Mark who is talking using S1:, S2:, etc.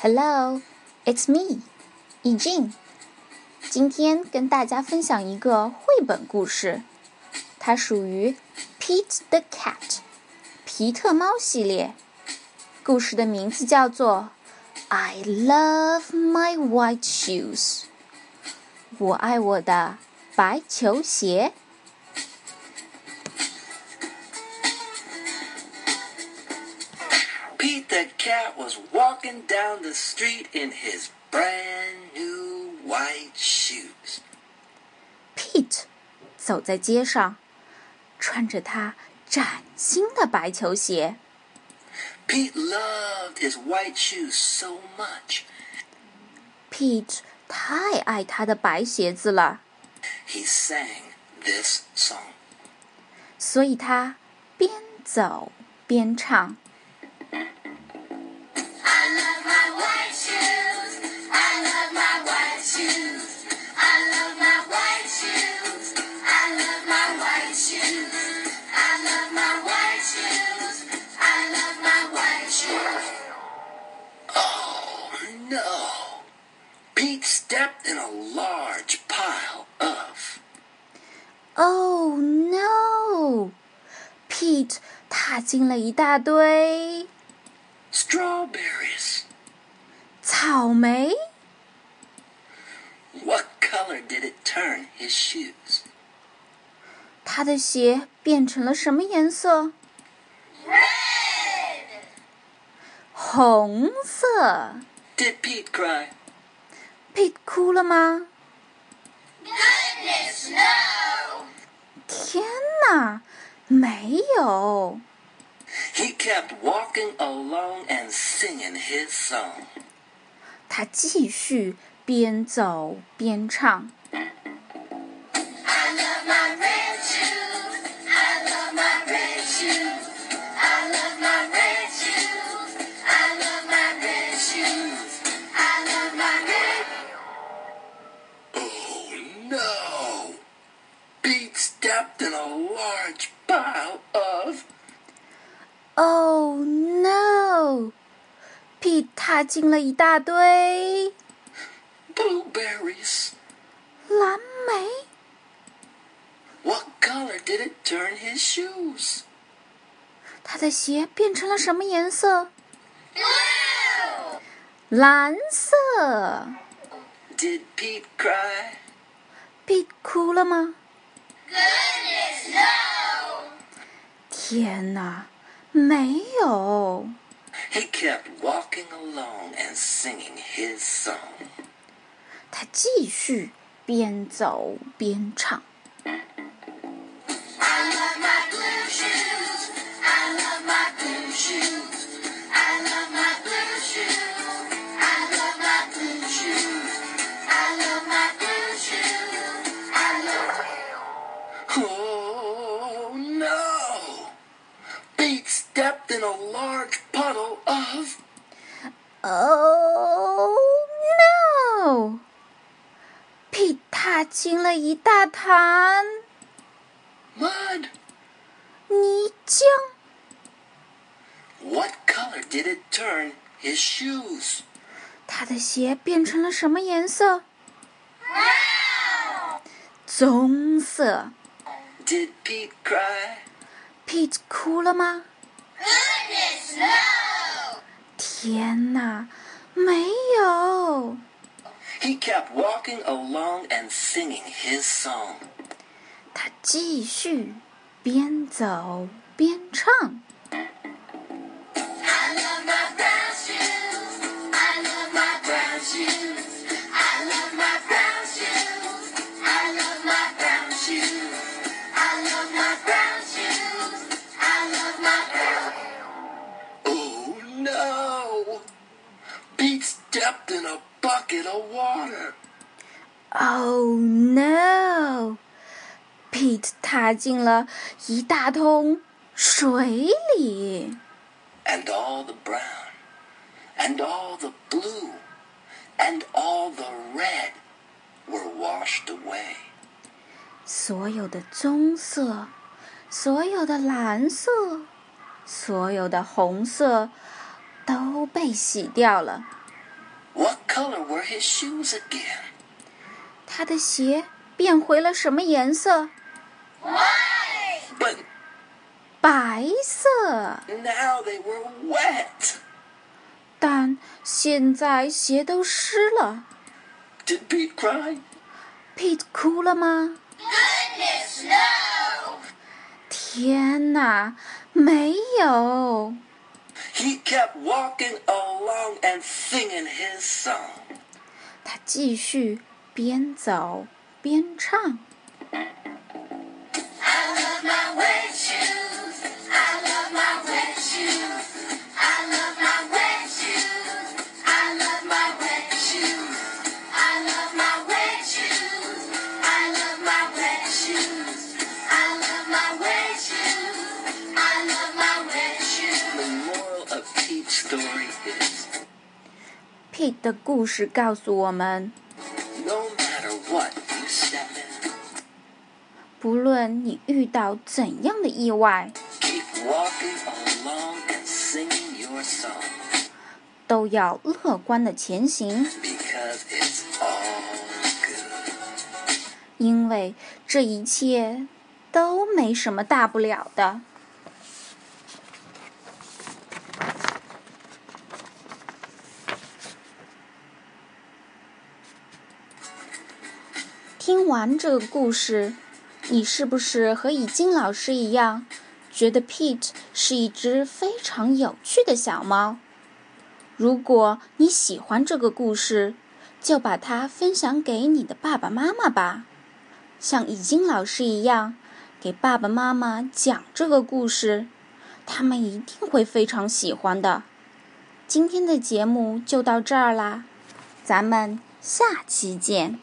S1: Hello, it's me, 易静。今天跟大家分享一个绘本故事，它属于 Pete the Cat，皮特猫系列。故事的名字叫做 I Love My White Shoes，我爱我的白球鞋。
S2: Pete the Cat was walking down the street in his brand new white shoes.
S1: Pete 走在街上，穿着他崭新的白球鞋。
S2: Pete loved his white shoes so much.
S1: Pete 太爱他的白鞋子了，
S2: He sang this song.
S1: 所以他边走边唱。
S3: I love my white shoes. I love my white shoes. I love my white shoes. I love my white shoes. I love my white shoes. I love my white shoes.
S2: Oh no! Pete stepped in a large pile of.
S1: Oh no! Pete 踏进了一大堆
S2: Strawberries.
S1: 草莓。
S2: What color did it turn his shoes?
S1: 他的鞋变成了什么颜色？
S3: Red!
S1: 红色。
S2: Did Pete cry?
S1: Pete 哭了吗？
S3: Goodness, no!
S1: 天哪，没有。
S2: He kept walking along and singing his song.
S1: 他继续边走边唱。
S3: I love my red shoes. I love my red shoes. I love my red shoes. I love my red shoes. I love my red
S2: Oh no! Pete stepped in a large pile of.
S1: Oh no! Pete 踏进了一大堆
S2: blueberries.
S1: 蓝莓。
S2: What color did it turn his shoes?
S1: 他的鞋变成了什么颜色？
S3: blue.
S1: 蓝色。
S2: Did Pete cry?
S1: Pete 哭了吗？
S3: Goodness, no.
S1: 天哪，没有。
S2: He kept walking along and singing his song.
S1: 他继续边走边唱。
S3: I love my blue shoes. I love my blue shoes. I love my blue shoes. I love my blue shoes. I love my blue shoes. I love.
S2: Oh no! Pete stepped in a large puddle of.
S1: Oh no! Pete 踏进了一大滩
S2: Mud.
S1: 泥浆。
S2: What color did it turn his shoes?
S1: 他的鞋变成了什么颜色？哦棕色。
S2: Did Pete cry?
S1: Pete 哭了吗？
S3: Goodness, no.
S1: 天哪，没有。
S2: He kept walking along and singing his song.
S1: 他继续边走边唱。
S3: I love my brown shoes. I love my brown shoes. I love my brown shoes. I love my brown shoes. I love my brown shoes. I love my brown.
S2: Oh no! Pete stepped in a bucket of water.
S1: Oh no! Pete 踏进了一大桶水里。
S2: And all the brown, and all the blue, and all the red were washed away.
S1: 所有的棕色，所有的蓝色，所有的红色都被洗掉了。
S2: color were his shoes again?
S1: 他的鞋变回了什么颜色？
S2: But
S1: 白色。
S2: now they were wet.
S1: 但现在鞋都湿了。
S2: Did Pete cry?
S1: Pete 哭了吗？
S3: Goodness, no!
S1: 天哪，没有。
S2: He kept walking along and singing his song.
S1: 他继续边走边唱。
S3: I love my wet shoes. I love my wet shoes. I love my wet shoes. I love my wet shoes. I love my wet shoes. I love my wet shoes. I love my wet shoes. I love my wet shoes.
S2: The moral of Pete's story is
S1: Pete 的故事告诉我们，
S2: no matter what you step in,
S1: 不论你遇到怎样的意外，
S2: keep walking along and singing your song
S1: 都要乐观的前行，
S2: because it's all good.
S1: 因为这一切都没什么大不了的。听完这个故事，你是不是和以金老师一样，觉得 Pete 是一只非常有趣的小猫？如果你喜欢这个故事，就把它分享给你的爸爸妈妈吧。像以金老师一样，给爸爸妈妈讲这个故事，他们一定会非常喜欢的。今天的节目就到这儿啦，咱们下期见。